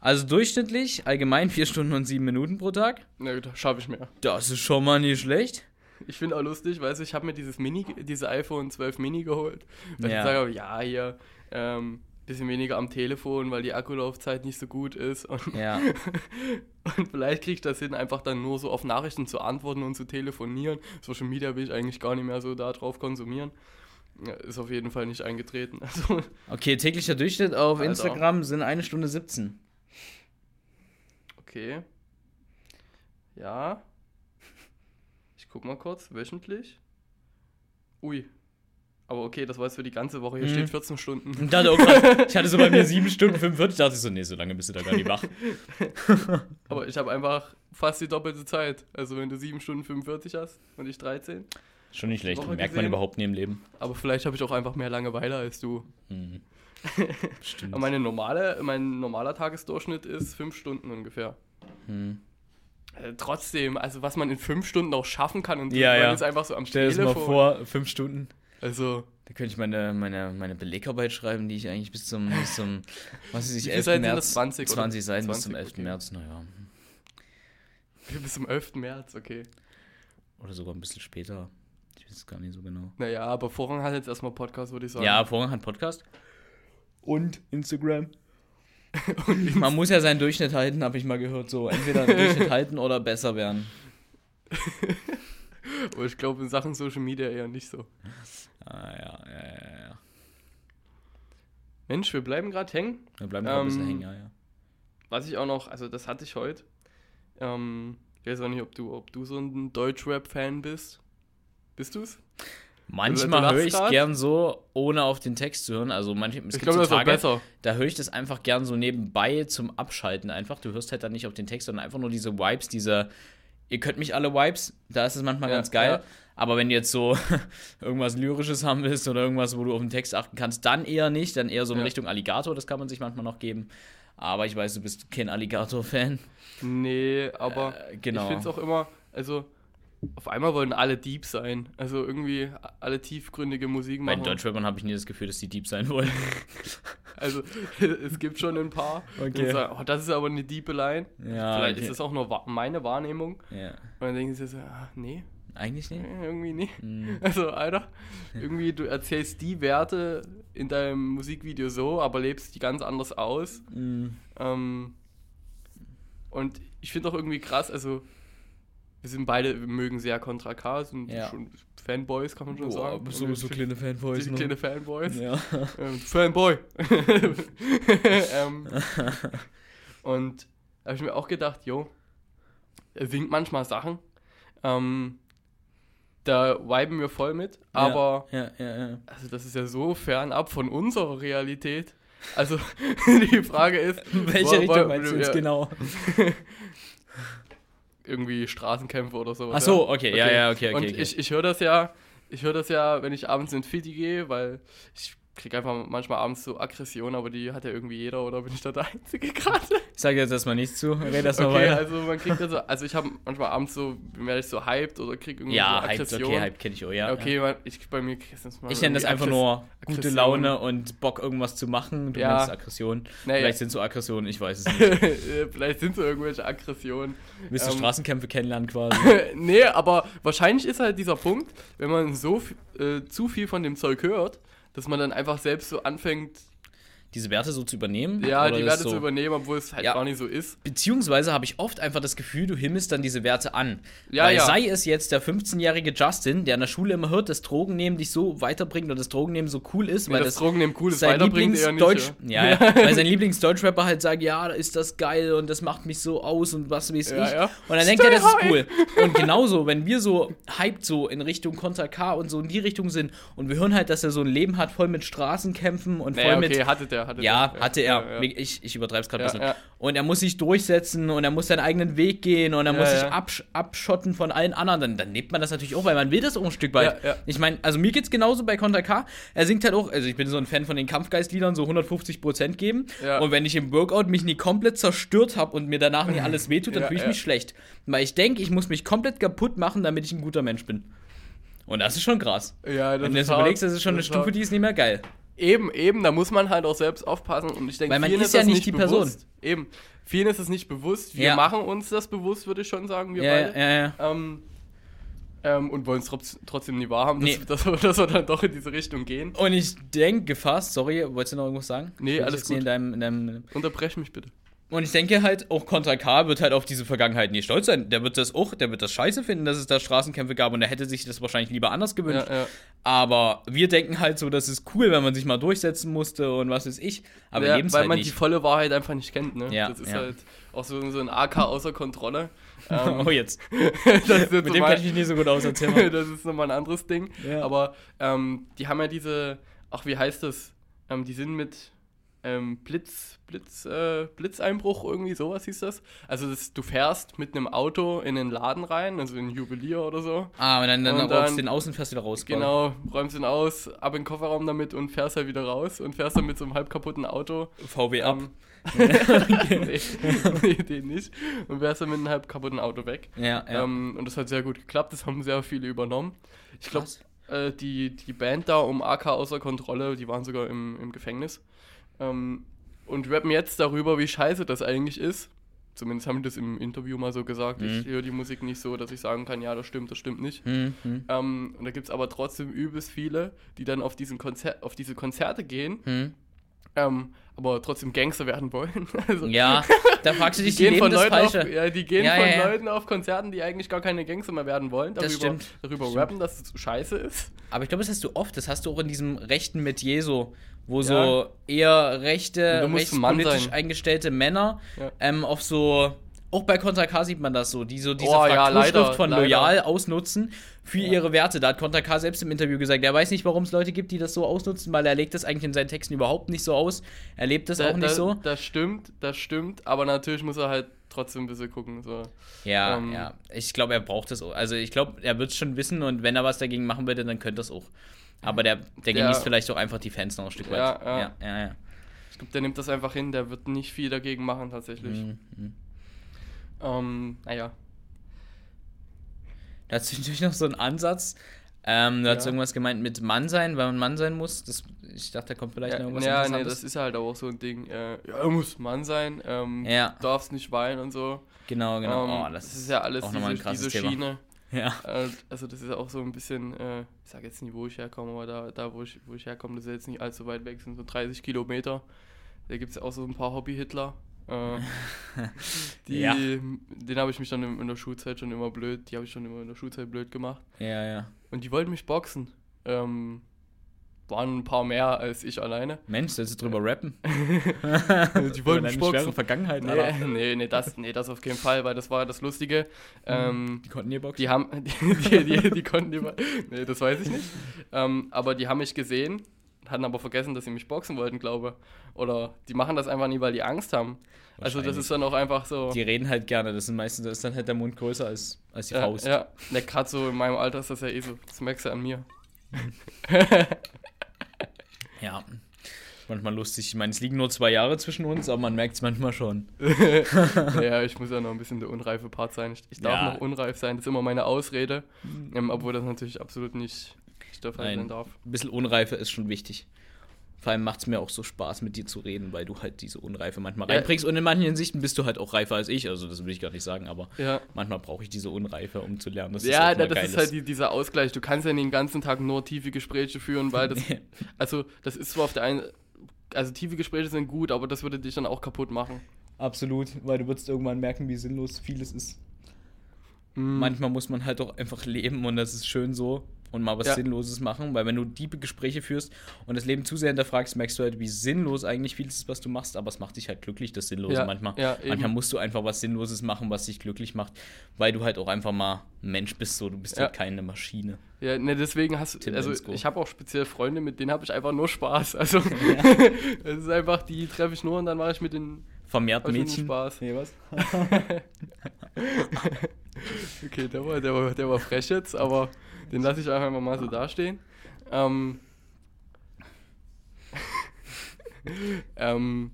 B: Also durchschnittlich allgemein 4 Stunden und 7 Minuten pro Tag.
A: Na gut, schaffe ich mehr.
B: Das ist schon mal nicht schlecht.
A: Ich finde auch lustig, weißt du, ich habe mir dieses Mini, diese iPhone 12 Mini geholt. Weil
B: Ja.
A: ich sage, ja, hier, ähm, bisschen weniger am Telefon, weil die Akkulaufzeit nicht so gut ist. Und,
B: Ja.
A: und vielleicht kriege ich das hin, einfach dann nur so auf Nachrichten zu antworten und zu telefonieren. Social Media will ich eigentlich gar nicht mehr so da drauf konsumieren. Ja, ist auf jeden Fall nicht eingetreten. Also,
B: Okay, täglicher Durchschnitt auf
A: Alter.
B: Instagram sind 1 Stunde 17.
A: Okay. Ja. Ich guck mal kurz, wöchentlich. Ui. Aber okay, das war jetzt für die ganze Woche. Hier
B: Mhm.
A: steht 14 Stunden.
B: Ich dachte, oh krass, ich hatte so bei mir 7 Stunden 45, dachte ich so, nee, so lange bist du da gar nicht wach.
A: Aber ich habe einfach fast die doppelte Zeit. Also wenn du 7 Stunden 45 hast und ich 13.
B: Schon nicht schlecht,
A: Woche
B: merkt man
A: gesehen.
B: überhaupt nie im Leben.
A: Aber vielleicht habe ich auch einfach mehr Langeweile als du.
B: Mhm. Stimmt.
A: Aber meine normale, mein normaler Tagesdurchschnitt ist 5 Stunden ungefähr.
B: Mhm.
A: Äh, trotzdem, also was man in 5 Stunden auch schaffen kann und
B: Ja,
A: man
B: ja.
A: ist einfach so am
B: Stell dir das mal
A: Telefon.
B: vor, 5 Stunden.
A: Also,
B: Da könnte ich meine, meine, meine Belegarbeit schreiben, die ich eigentlich bis zum, bis zum was weiß
A: Wie
B: ich,
A: viele
B: 11.
A: Seiten sind
B: März.
A: das? 20 oder?
B: 20 Seiten bis
A: 20,
B: zum 11.
A: okay.
B: März, naja.
A: bis zum 11. März, okay.
B: Oder sogar ein bisschen später. Ich weiß es gar nicht so genau.
A: Naja, aber Vorrang hat jetzt erstmal Podcast, würde ich sagen.
B: Ja, Vorgang hat Podcast.
A: Und Instagram.
B: Man muss ja seinen Durchschnitt halten, habe ich mal gehört. So, entweder den Durchschnitt halten oder besser werden.
A: Aber ich glaube in Sachen Social Media eher nicht so.
B: Ah, ja, ja, ja, ja.
A: Mensch, wir bleiben gerade hängen.
B: Wir bleiben noch ein bisschen
A: Ähm,
B: hängen, ja, ja.
A: was ich auch noch, also das hatte ich heute. Ähm, ich weiß auch nicht, ob du, ob du so ein Deutschrap-Fan bist. Bist du's?
B: Manchmal
A: lachst
B: höre ich
A: grad.
B: gern so, ohne auf den Text zu hören. Also manchmal, es
A: Ich
B: gibt
A: glaube,
B: so
A: das ist auch
B: Tage,
A: besser.
B: da höre ich das einfach gern so nebenbei zum Abschalten einfach. Du hörst halt dann nicht auf den Text, sondern einfach nur diese Vibes, diese, ihr könnt mich alle Vibes, da ist es manchmal
A: Ja,
B: ganz geil.
A: ja.
B: Aber wenn du jetzt so irgendwas Lyrisches haben willst oder irgendwas, wo du auf den Text achten kannst, dann eher nicht, dann eher so in
A: Ja.
B: Richtung Alligator, das kann man sich manchmal noch geben. Aber ich weiß, du bist kein Alligator-Fan.
A: Nee, aber
B: Äh, genau.
A: ich finde es auch immer, also auf einmal wollen alle deep sein. Also irgendwie alle tiefgründige Musik
B: Bei
A: machen.
B: den Deutschrappern habe ich nie das Gefühl, dass die Dieb sein wollen.
A: Also es gibt schon ein paar.
B: Okay.
A: die sagen, oh, das ist aber eine diepe Line.
B: Ja,
A: Vielleicht
B: okay.
A: ist das auch nur wa- meine Wahrnehmung.
B: ja.
A: Und dann denken sie so, ah, nee,
B: Eigentlich nicht.
A: nee, irgendwie nicht.
B: Mhm.
A: Also, Alter, irgendwie du erzählst die Werte in deinem Musikvideo so, aber lebst die ganz anders aus.
B: Mm.
A: Ähm, und ich finde auch irgendwie krass, also wir sind beide, wir mögen sehr Contra K, sind
B: Ja.
A: schon Fanboys, kann man schon sagen.
B: Boah, so, so kleine Fanboys.
A: Diese
B: ne?
A: kleine Fanboys.
B: Ja.
A: Ähm, Fanboy. ähm, und da habe ich mir auch gedacht, jo, er winkt manchmal Sachen. Ähm, da viben wir voll mit, aber
B: Ja, ja, ja. ja.
A: also das ist ja so fernab von unserer Realität. Also die Frage ist,
B: Welche
A: wo- wo-
B: Richtung meinst du jetzt
A: ja,
B: genau?
A: Irgendwie Straßenkämpfe oder sowas.
B: Ach so, okay, ja, ja, okay, okay,
A: Und
B: okay.
A: ich, ich höre das ja, ich höre das ja, wenn ich abends in Fiti gehe, weil ich kriege einfach manchmal abends so Aggression, aber die hat ja irgendwie jeder oder bin ich da der Einzige gerade?
B: Ich sage jetzt erstmal nichts zu, red erstmal
A: Okay,
B: weiter.
A: also man kriegt also, also ich habe manchmal abends so, werde ich so hyped oder kriege irgendwie
B: ja,
A: so
B: Hype,
A: Aggression.
B: okay, Hype kenne ich auch, ja.
A: Okay, man, ich, bei mir kriegst du das mal
B: Ich nenne das
A: irgendwie
B: einfach
A: Aggress-
B: nur gute
A: Aggression.
B: Laune und Bock, irgendwas zu machen. Du
A: Ja.
B: nennst es Aggression.
A: Naja.
B: Vielleicht sind es so Aggressionen, ich weiß es nicht.
A: Vielleicht sind so irgendwelche Aggressionen.
B: Willst du
A: Ähm.
B: Straßenkämpfe kennenlernen quasi?
A: nee, aber wahrscheinlich ist halt dieser Punkt, wenn man so f- äh, zu viel von dem Zeug hört, dass man dann einfach selbst so anfängt,
B: Diese Werte so zu übernehmen?
A: ja,
B: Oder
A: die
B: das
A: Werte zu übernehmen, obwohl es halt
B: Ja.
A: gar nicht so ist.
B: Beziehungsweise habe ich oft einfach das Gefühl, du himmelst dann diese Werte an.
A: Ja,
B: Weil
A: ja.
B: sei es jetzt der 15-jährige Justin, der in der Schule immer hört, dass Drogennehmen dich so weiterbringt oder dass Drogennehmen so cool ist,
A: Nee,
B: weil
A: das
B: das,
A: Drogennehmen cool ist,
B: sein
A: weiterbringt eher nicht.
B: Lieblingsdeutsch,
A: ja.
B: ja, ja, weil sein Lieblingsdeutschrapper halt sagt, ja, ist das geil und das macht mich so aus und was weiß
A: Ja,
B: ich.
A: ja.
B: Und dann denkt er, das ist
A: Stay
B: cool. Und genauso, wenn wir so hyped so in Richtung Konter K und so in die Richtung sind und wir hören halt, dass er so ein Leben hat, voll mit Straßenkämpfen und voll
A: Naja,
B: mit
A: okay, hatte der, hatte
B: ja,
A: der.
B: hatte er.
A: Ja, ja.
B: Ich, ich übertreibe es gerade ein
A: Ja,
B: bisschen.
A: ja.
B: Und er muss sich durchsetzen und er muss seinen eigenen Weg gehen und er
A: Ja,
B: muss sich
A: ja.
B: absch abschotten von allen anderen. Dann, dann nimmt man das natürlich auch, weil man will das auch ein Stück weit.
A: Ja, ja.
B: Ich meine, also mir geht's genauso bei Konter K. Er singt halt auch, also ich bin so ein Fan von den Kampfgeistliedern, so 150% geben.
A: Ja.
B: Und wenn ich im Workout mich nie komplett zerstört habe und mir danach nie alles wehtut, dann
A: Ja,
B: fühle ich
A: ja.
B: mich schlecht. Weil ich denke, ich muss mich komplett kaputt machen, damit ich ein guter Mensch bin. Und das ist schon krass.
A: Ja, das
B: Wenn du
A: ist
B: jetzt überlegst,
A: hart,
B: das ist schon eine
A: das ist hart.
B: Stufe, die ist nicht mehr geil.
A: Eben, eben, da muss man halt auch selbst aufpassen und ich denke,
B: Weil man
A: vielen
B: ist ja
A: das
B: nicht die Person.
A: bewusst. Eben, vielen ist es nicht bewusst. Wir
B: Ja.
A: machen uns das bewusst, würde ich schon sagen, wir
B: Ja,
A: beide.
B: ja, ja.
A: Ähm, ähm, und wollen es trotz- trotzdem nie wahrhaben, dass,
B: Nee.
A: dass, wir- dass wir dann doch in diese Richtung gehen.
B: Und ich denke fast, sorry, wolltest du noch irgendwas sagen?
A: Nee,
B: Ich will
A: alles
B: jetzt nicht In
A: gut.
B: deinem, in deinem,
A: Unterbrech mich bitte.
B: und ich denke halt, auch Contra K wird halt auf diese Vergangenheit nicht stolz sein. Der wird das auch, der wird das scheiße finden, dass es da Straßenkämpfe gab und er hätte sich das wahrscheinlich lieber anders gewünscht.
A: Ja, ja.
B: Aber wir denken halt so, das ist cool, wenn man sich mal durchsetzen musste und was weiß ich. Aber
A: ja,
B: ja, leben's
A: weil
B: halt
A: man die
B: nicht.
A: volle Wahrheit einfach nicht kennt, ne?
B: Ja,
A: das ist
B: ja.
A: halt auch so, so ein AK außer Kontrolle. Ähm,
B: oh, jetzt.
A: das ist
B: Mit dem kann ich mich nicht so gut aus erzählen. Mann.
A: das ist nochmal ein anderes Ding.
B: Ja.
A: Aber ähm, die haben ja diese, ach wie heißt das? Ähm, die sind mit ähm, Blitz, Blitz, äh, Blitzeinbruch irgendwie sowas hieß das. Also das, du fährst mit einem Auto in einen Laden rein, also in einen Juwelier oder so.
B: ah, und dann, dann,
A: Und
B: dann
A: dann-
B: den Außen fährst du wieder raus. quasi.
A: Genau, räumst ihn aus, ab in den Kofferraum damit und fährst halt wieder raus und fährst dann mit so einem halb kaputten Auto
B: VW ab.
A: ähm, nee, nee, den nicht. Und wärst dann mit einem halb kaputten Auto weg.
B: ja, ja.
A: Ähm, und das hat sehr gut geklappt, das haben sehr viele übernommen. Ich glaube,
B: Krass.
A: äh, die, die Band da um AK außer Kontrolle, die waren sogar im, im Gefängnis. Ähm, und rappen jetzt darüber, wie scheiße das eigentlich ist. Zumindest haben die das im Interview mal so gesagt. Ich
B: Mhm.
A: höre die Musik nicht so, dass ich sagen kann, ja, das stimmt, das stimmt nicht.
B: Hm, hm,
A: Ähm, und da gibt es aber trotzdem übelst viele, die dann auf, diesen Konzer auf diese Konzerte gehen
B: hm.
A: ähm, aber trotzdem Gangster werden wollen. Also,
B: Ja, da fragst du
A: Die
B: dich, die,
A: gehen,
B: leben
A: von
B: das
A: Leuten, auf,
B: Falsche.
A: ja, die gehen
B: Ja,
A: von
B: ja, ja.
A: Leuten auf Konzerten, die eigentlich gar keine Gangster mehr werden wollen, darüber,
B: Das stimmt.
A: darüber
B: Das
A: rappen, dass es scheiße ist.
B: Aber ich glaube, das hast du oft. Das hast du auch in diesem rechten Metier so, wo
A: Ja.
B: so eher rechte,
A: Du musst ein Mann
B: rechtspolitisch
A: sein.
B: eingestellte Männer
A: Ja.
B: ähm, auf so. Auch bei Konter K sieht man das so, die so diese
A: Oh, ja,
B: Frakturschrift
A: leider,
B: von
A: leider.
B: Loyal ausnutzen für
A: Ja.
B: ihre Werte. Da hat Konter K selbst im Interview gesagt, er weiß nicht, warum es Leute gibt, die das so ausnutzen, weil er legt das eigentlich in seinen Texten überhaupt nicht so aus. Er lebt das auch nicht so.
A: Das stimmt, das stimmt, aber natürlich muss er halt trotzdem ein bisschen gucken. So.
B: Ja,
A: Ähm,
B: ja. Ich glaube, er braucht das auch. Also ich glaube, er wird es schon wissen und wenn er was dagegen machen würde, dann könnte das auch. Aber der, der
A: Ja.
B: genießt vielleicht auch einfach die Fans noch ein Stück weit.
A: Ja, ja.
B: ja, ja, ja.
A: Ich glaube, der nimmt das einfach hin, der wird nicht viel dagegen machen tatsächlich.
B: Mhm. Hm.
A: Ähm, naja.
B: Da hast du natürlich noch so einen Ansatz. Ähm, du hast
A: Ja.
B: irgendwas gemeint mit Mann sein, weil man Mann sein muss. Das, ich dachte, da kommt vielleicht noch
A: Ja,
B: irgendwas
A: ja nee,
B: Interessantes.
A: das ist halt auch so ein Ding. Äh, ja, er muss Mann sein, ähm,
B: Ja.
A: darfst nicht weinen und so.
B: genau, genau.
A: Ähm,
B: oh, das,
A: ist ja alles
B: auch
A: diese,
B: nochmal ein krasses
A: diese
B: Thema.
A: Schiene.
B: ja.
A: Äh, Also das ist auch so ein bisschen, äh, ich sag jetzt nicht, wo ich herkomme, aber da, da wo, ich, wo ich herkomme, das ist jetzt nicht allzu weit weg, sind so 30 Kilometer. Da gibt es auch so ein paar Hobby-Hitler. Äh, die,
B: Ja.
A: Den habe ich mich dann in, in der Schulzeit schon immer blöd, die habe ich schon immer in der Schulzeit blöd gemacht.
B: ja, ja.
A: Und die wollten mich boxen. Ähm, waren ein paar mehr als ich alleine.
B: Mensch, sollst du drüber rappen?
A: Die wollten mich
B: eine
A: boxen.
B: schwere Vergangenheit,
A: Nee,
B: Alter.
A: nee, nee, das, nee, das auf keinen Fall, weil das war das Lustige. Ähm,
B: Die konnten hier boxen.
A: Die haben, die, die, die, die konnten über, nee, das weiß ich nicht. Ähm, aber die haben mich gesehen, hatten aber vergessen, dass sie mich boxen wollten, glaube. Oder die machen das einfach nie, weil die Angst haben. Also das
B: Wahrscheinlich.
A: ist dann auch einfach so.
B: Die reden halt gerne. Das sind meistens, da ist dann halt der Mund größer als, als die
A: ja,
B: Faust.
A: ja, ne, gerade so in meinem Alter ist das ja eh so. Das merkst du an mir.
B: Ja. Manchmal lustig. Ich meine, es liegen nur zwei Jahre zwischen uns, aber man merkt es manchmal schon.
A: ja, ich muss ja noch ein bisschen der unreife Part sein. Ich, ich darf
B: Ja. Mhm.
A: noch unreif sein, das ist immer meine Ausrede. Ähm, obwohl das natürlich absolut nicht
B: Nein.
A: stattfinden darf.
B: Ein bisschen Unreife ist schon wichtig. Vor allem macht es mir auch so Spaß, mit dir zu reden, weil du halt diese Unreife manchmal
A: Ja.
B: reinbringst. Und in manchen Hinsichten bist du halt auch reifer als ich. Also, das will ich gar nicht sagen, aber
A: Ja.
B: manchmal brauche ich diese Unreife, um zu lernen, dass
A: ja,
B: das,
A: na, das ist halt die, dieser Ausgleich. Du kannst ja nicht den ganzen Tag nur tiefe Gespräche führen, weil das, also das ist zwar auf der einen, also tiefe Gespräche sind gut, aber das würde dich dann auch kaputt machen.
B: Absolut, weil du wirst irgendwann merken, wie sinnlos vieles ist.
A: Mhm.
B: Manchmal muss man halt auch einfach leben und das ist schön so und mal was
A: Ja.
B: Sinnloses machen, weil wenn du diebe Gespräche führst und das Leben zu sehr hinterfragst, merkst du halt, wie sinnlos eigentlich vieles ist, was du machst, aber es macht dich halt glücklich, das Sinnlose
A: Ja,
B: manchmal.
A: ja,
B: manchmal
A: eben.
B: musst du einfach was Sinnloses machen, was dich glücklich macht, weil du halt auch einfach mal ein Mensch bist, so du bist
A: Ja.
B: halt keine Maschine.
A: Ja, ne, deswegen hast du,
B: Tim
A: also
B: Bensko.
A: ich habe auch speziell Freunde, mit denen habe ich einfach nur Spaß. Also es ist einfach, die treffe ich nur und dann mache ich mit den
B: Vermehrt
A: hab ich mit denen
B: Mädchen.
A: Spaß.
B: Nee, was?
A: Okay, der war, der war, der war frech jetzt, aber den lasse ich einfach mal so dastehen. Ähm, ähm,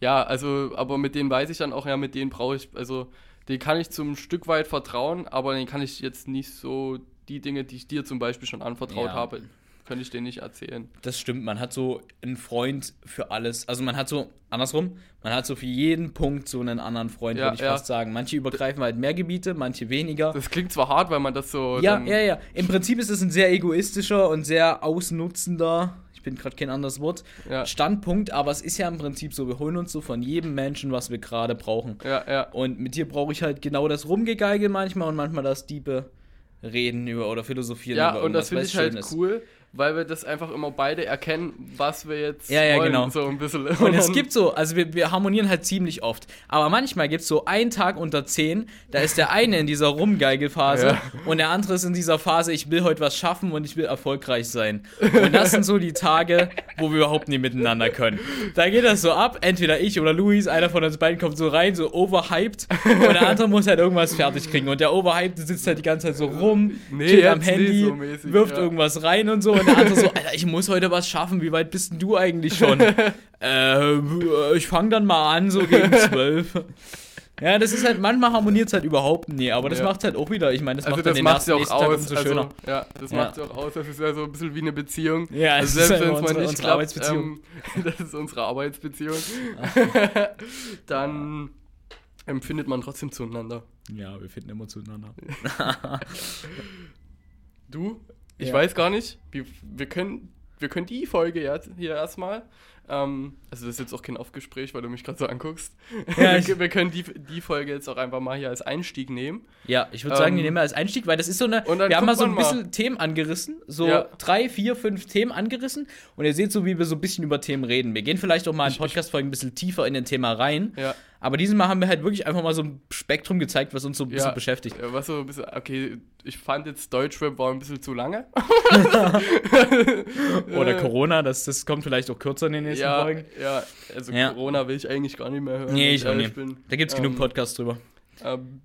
A: ja, also, aber mit denen weiß ich dann auch, ja, mit denen brauche ich, also, den kann ich zum Stück weit vertrauen, aber den kann ich jetzt nicht so die Dinge, die ich dir zum Beispiel schon anvertraut
B: Ja.
A: habe, könnte ich denen nicht erzählen.
B: Das stimmt, man hat so einen Freund für alles. Also man hat so, andersrum, man hat so für jeden Punkt so einen anderen Freund,
A: Ja,
B: würde ich
A: ja.
B: fast sagen. Manche übergreifen halt mehr Gebiete, manche weniger.
A: Das klingt zwar hart, weil man das so.
B: Ja,
A: dann-
B: ja, ja. Im Prinzip ist es ein sehr egoistischer und sehr ausnutzender, ich bin gerade kein anderes Wort,
A: Ja.
B: Standpunkt, aber es ist ja im Prinzip so, wir holen uns so von jedem Menschen, was wir gerade brauchen.
A: ja, ja.
B: Und mit dir brauche ich halt genau das Rumgegeige manchmal und manchmal das diebe Reden über oder Philosophieren
A: Ja,
B: über
A: und das
B: irgendwas,
A: finde
B: um, was
A: ich halt
B: schön ist.
A: cool, weil wir das einfach immer beide erkennen, was wir jetzt
B: Ja, ja,
A: wollen,
B: genau.
A: so ein bisschen.
B: Und es gibt so, also wir, wir harmonieren halt ziemlich oft. Aber manchmal gibt es so einen Tag unter zehn, da ist der eine in dieser Rumgeigelphase
A: Ja.
B: und der andere ist in dieser Phase, ich will heute was schaffen und ich will erfolgreich sein. Und das sind so die Tage, wo wir überhaupt nie miteinander können. Da geht das so ab, entweder ich oder Luis, einer von uns beiden kommt so rein, so overhyped und der andere muss halt irgendwas fertig kriegen. Und der overhyped sitzt halt die ganze Zeit so rum,
A: Nee,
B: chillt am
A: jetzt nicht
B: Handy,
A: so mäßig,
B: wirft
A: ja.
B: irgendwas rein und so und der andere so, Alter, ich muss heute was schaffen, wie weit bist denn du eigentlich schon? Äh, ich fange dann mal an, so gegen zwölf. Ja, das ist halt, manchmal harmoniert es halt überhaupt nie, aber das
A: Ja.
B: macht's halt auch wieder. Ich meine, das
A: also
B: macht dann
A: das
B: den
A: macht
B: ersten,
A: ja auch
B: nächsten Tag
A: aus.
B: umso
A: also,
B: schöner.
A: ja, das
B: Ja.
A: macht ja auch aus. Das ist ja so ein bisschen wie eine Beziehung.
B: Ja,
A: also
B: es ist
A: selbst
B: halt
A: wenn es
B: unsere-
A: mal nicht
B: unsere
A: klappt,
B: Arbeitsbeziehung.
A: ähm, das ist unsere Arbeitsbeziehung, dann empfindet man trotzdem zueinander.
B: Ja, wir finden immer zueinander.
A: Du? Ich
B: Ja.
A: weiß gar nicht. Wir, wir können wir können die Folge ja hier erstmal. Ähm, also, das ist jetzt auch kein Aufgespräch, weil du mich gerade so anguckst.
B: Ja, ich-
A: wir, wir können die, die Folge jetzt auch einfach mal hier als Einstieg nehmen.
B: Ja, ich würde sagen, die
A: Ähm,
B: nehmen wir als Einstieg, weil das ist so eine.
A: und dann
B: Wir haben
A: guckt
B: mal so ein
A: man mal.
B: bisschen Themen angerissen. So
A: Ja.
B: drei, vier, fünf Themen angerissen. Und ihr seht so, wie wir so ein bisschen über Themen reden. Wir gehen vielleicht auch mal in Podcast-Folgen ein bisschen tiefer in ein Thema rein.
A: Ja.
B: Aber dieses Mal haben wir halt wirklich einfach mal so ein Spektrum gezeigt, was uns so ein bisschen
A: ja,
B: beschäftigt.
A: Ja, was so ein bisschen, okay, ich fand jetzt Deutschrap war ein bisschen zu lange.
B: Oder Corona, das, das kommt vielleicht auch kürzer in den nächsten
A: Äh. ja,
B: Folgen.
A: ja, also
B: Ja.
A: Corona will ich eigentlich gar nicht mehr hören.
B: Nee,
A: wenn
B: ich auch
A: ehrlich
B: nicht.
A: bin.
B: Da gibt es genug Podcasts drüber.
A: Ähm,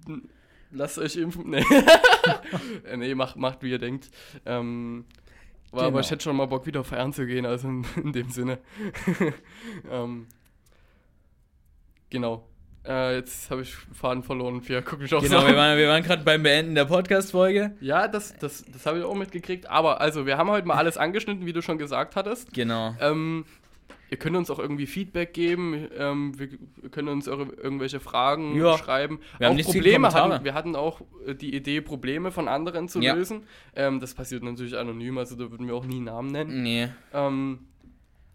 A: lasst euch impfen. Nee, Äh, nee macht, macht, wie ihr denkt. Ähm, war,
B: Genau.
A: Aber ich hätte schon mal Bock, wieder feiern zu gehen, also in, in dem Sinne. ähm, genau. Äh, jetzt habe ich Faden verloren. Wir gucken mich auch
B: Genau,
A: so
B: wir
A: an.
B: waren, wir waren gerade beim Beenden der Podcast-Folge.
A: Ja, das, das, das habe ich auch mitgekriegt. Aber also, wir haben heute mal alles angeschnitten, wie du schon gesagt hattest.
B: Genau.
A: Ähm, ihr könnt uns auch irgendwie Feedback geben. Ähm, wir wir können uns eure, irgendwelche Fragen
B: Ja.
A: schreiben.
B: Wir haben
A: auch
B: nichts gegen
A: Probleme
B: Kommentare.
A: hatten wir hatten auch äh, die Idee, Probleme von anderen zu
B: Ja.
A: lösen. Ähm, das passiert natürlich anonym, also da würden wir auch nie Namen nennen.
B: Nee.
A: Ähm,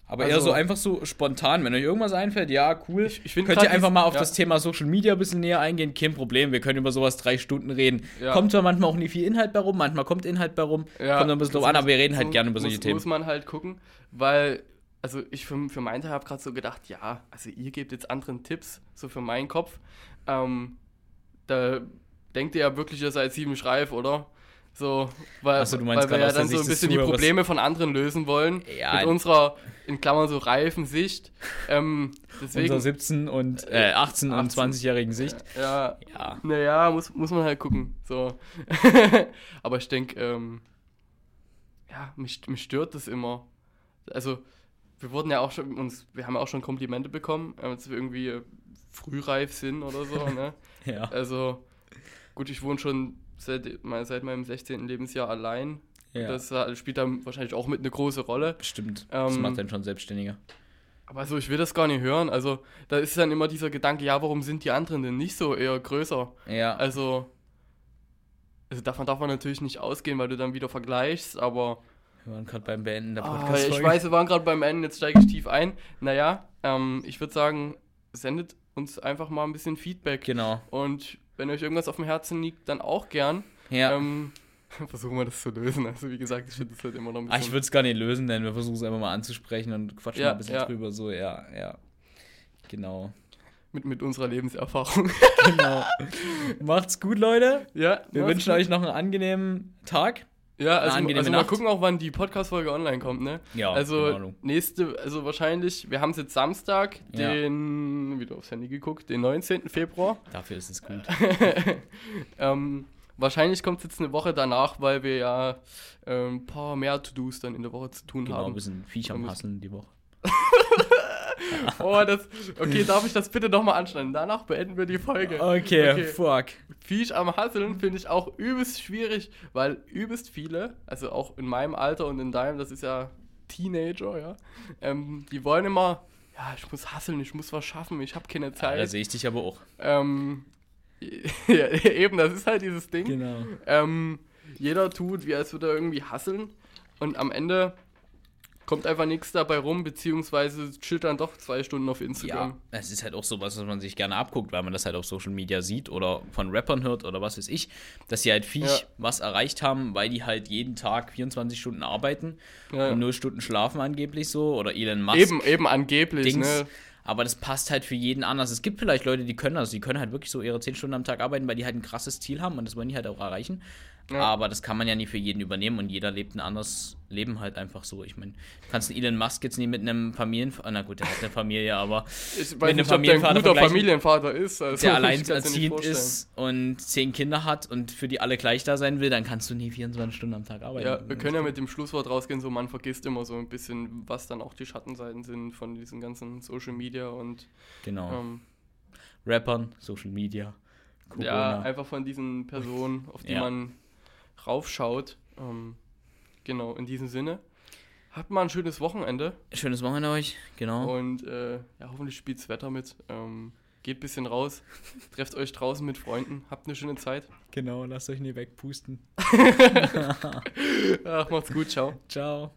B: Aber eher
A: Also-
B: so einfach so spontan, wenn euch irgendwas einfällt, ja, cool.
A: Ich- ich find
B: könnt
A: grad
B: ihr einfach
A: dies-
B: mal auf
A: ja.
B: das Thema Social Media ein bisschen näher eingehen, kein Problem, wir können über sowas drei Stunden reden.
A: Ja.
B: Kommt zwar manchmal auch nie viel Inhalt bei rum, manchmal kommt Inhalt bei rum,
A: Ja,
B: kommt noch ein bisschen drauf
A: das
B: an, aber wir reden halt
A: so
B: gerne über solche
A: muss,
B: Themen.
A: Muss man halt gucken, weil also ich für, für meinen Teil habe gerade so gedacht, ja, also ihr gebt jetzt anderen Tipps, so für meinen Kopf. Ähm, da denkt ihr ja wirklich, ihr seid sieben Schreif, oder? So, weil,
B: Ach so, du meinst
A: weil wir
B: gerade
A: ja
B: aus der
A: dann so ein
B: Sicht des
A: bisschen die
B: Zuhörers.
A: Probleme von anderen lösen wollen.
B: Ja.
A: Mit unserer, in Klammern so reifen Sicht. Ähm,
B: Unser
A: deswegen,
B: 17 und äh, 18, und
A: 18.
B: 20-jährigen Sicht.
A: ja,
B: Ja.
A: naja, muss, muss man halt gucken. So. Aber ich denke, ähm, ja, mich, mich stört das immer. Also, wir wurden ja auch schon, uns, wir haben ja auch schon Komplimente bekommen, äh, dass wir irgendwie äh, frühreif sind oder so. Ne?
B: Ja.
A: Also, gut, ich wohne schon seit, mein- seit meinem 16. Lebensjahr allein.
B: Ja.
A: Das äh, spielt dann wahrscheinlich auch mit eine große Rolle.
B: Stimmt. das
A: Ähm,
B: macht dann schon selbstständiger.
A: Aber so, ich will das gar nicht hören. Also, da ist dann immer dieser Gedanke, ja, warum sind die anderen denn nicht so eher größer?
B: Ja.
A: Also, also davon darf man natürlich nicht ausgehen, weil du dann wieder vergleichst, aber
B: wir waren gerade beim Beenden der
A: ah,
B: Podcast-Folge.
A: ich weiß, wir waren gerade beim Ende, jetzt steige ich tief ein. Naja, ähm, ich würde sagen, sendet uns einfach mal ein bisschen Feedback.
B: Genau.
A: Und wenn euch irgendwas auf dem Herzen liegt, dann auch gern.
B: Ja.
A: Ähm, versuchen wir das zu lösen. Also wie gesagt, ich finde das halt immer noch ein
B: Ah, ich würde es gar nicht lösen, denn wir versuchen es einfach mal anzusprechen und quatschen
A: Ja,
B: mal ein bisschen
A: ja.
B: drüber. So, ja, ja. Genau.
A: mit, mit unserer Lebenserfahrung.
B: genau. Macht's gut, Leute.
A: ja,
B: Wir
A: mach's
B: wünschen
A: gut.
B: euch noch einen angenehmen Tag.
A: Ja,
B: eine
A: also,
B: angenehme
A: also mal
B: Nacht.
A: gucken auch, wann die Podcast-Folge online kommt, ne?
B: Ja, in
A: Also
B: Ordnung.
A: nächste, also wahrscheinlich, wir haben es jetzt Samstag,
B: Ja.
A: den, wieder aufs Handy geguckt, den 19. Februar.
B: Dafür ist es gut.
A: Ähm, wahrscheinlich kommt es jetzt eine Woche danach, weil wir ja äh, ein paar mehr To-Dos dann in der Woche zu tun
B: Genau, ein
A: haben.
B: bisschen Viecher am Hasseln die Woche.
A: Oh, das, okay, darf ich das bitte nochmal anschneiden? Danach beenden wir die Folge.
B: Okay, fuck.
A: Viech am Hasseln finde ich auch übelst schwierig, weil übelst viele, also auch in meinem Alter und in deinem, das ist ja Teenager, ja, ähm, die wollen immer, ja, ich muss hasseln, ich muss was schaffen, ich habe keine
B: Ja, Ah, da
A: Zeit.
B: sehe ich dich aber auch.
A: ähm, ja, eben, das ist halt dieses Ding.
B: Genau.
A: Ähm, jeder tut, wie als würde er irgendwie hasseln und am Ende kommt einfach nichts dabei rum, beziehungsweise chillt dann doch zwei Stunden auf Instagram.
B: Ja, es ist halt auch sowas, was man sich gerne abguckt, weil man das halt auf Social Media sieht oder von Rappern hört oder was weiß ich, dass sie halt Viech
A: Ja.
B: was erreicht haben, weil die halt jeden Tag 24 Stunden arbeiten
A: Ja, ja.
B: und 0 Stunden schlafen angeblich so oder Elon Musk.
A: Eben, eben angeblich,
B: Dings.
A: ne?
B: Aber das passt halt für jeden anders. Es gibt vielleicht Leute, die können das. Die können halt wirklich so ihre 10 Stunden am Tag arbeiten, weil die halt ein krasses Ziel haben und das wollen die halt auch erreichen.
A: Ja.
B: Aber das kann man ja nicht für jeden übernehmen und jeder lebt ein anderes Leben halt einfach so. Ich meine, du kannst einen Elon Musk jetzt nicht mit einem Familien... Na gut, der hat eine Familie, aber
A: Ich
B: Wenn
A: weiß
B: der
A: nicht, ob der ein
B: Familienvater
A: guter
B: vergleichen-
A: Familienvater ist. Also
B: der
A: ich kann's mir nicht
B: alleinerziehend
A: vorstellen.
B: ist und 10 Kinder hat und für die alle gleich da sein will, dann kannst du nie 24 Stunden am Tag arbeiten.
A: Ja, wir können ja mit dem Schlusswort rausgehen, so man vergisst immer so ein bisschen, was dann auch die Schattenseiten sind von diesen ganzen Social Media und
B: Genau.
A: ähm,
B: Rappern, Social Media,
A: ja,
B: Corona.
A: einfach von diesen Personen, auf die
B: Ja.
A: man raufschaut. Ähm, genau, in diesem Sinne. Habt mal ein schönes Wochenende
B: Schönes Wochenende euch. Genau.
A: und äh, ja, hoffentlich spielt's Wetter mit. Ähm, geht ein bisschen raus, trefft euch draußen mit Freunden, habt eine schöne Zeit.
B: Genau, lasst euch nie wegpusten.
A: Ach, macht's gut, ciao.
B: Ciao.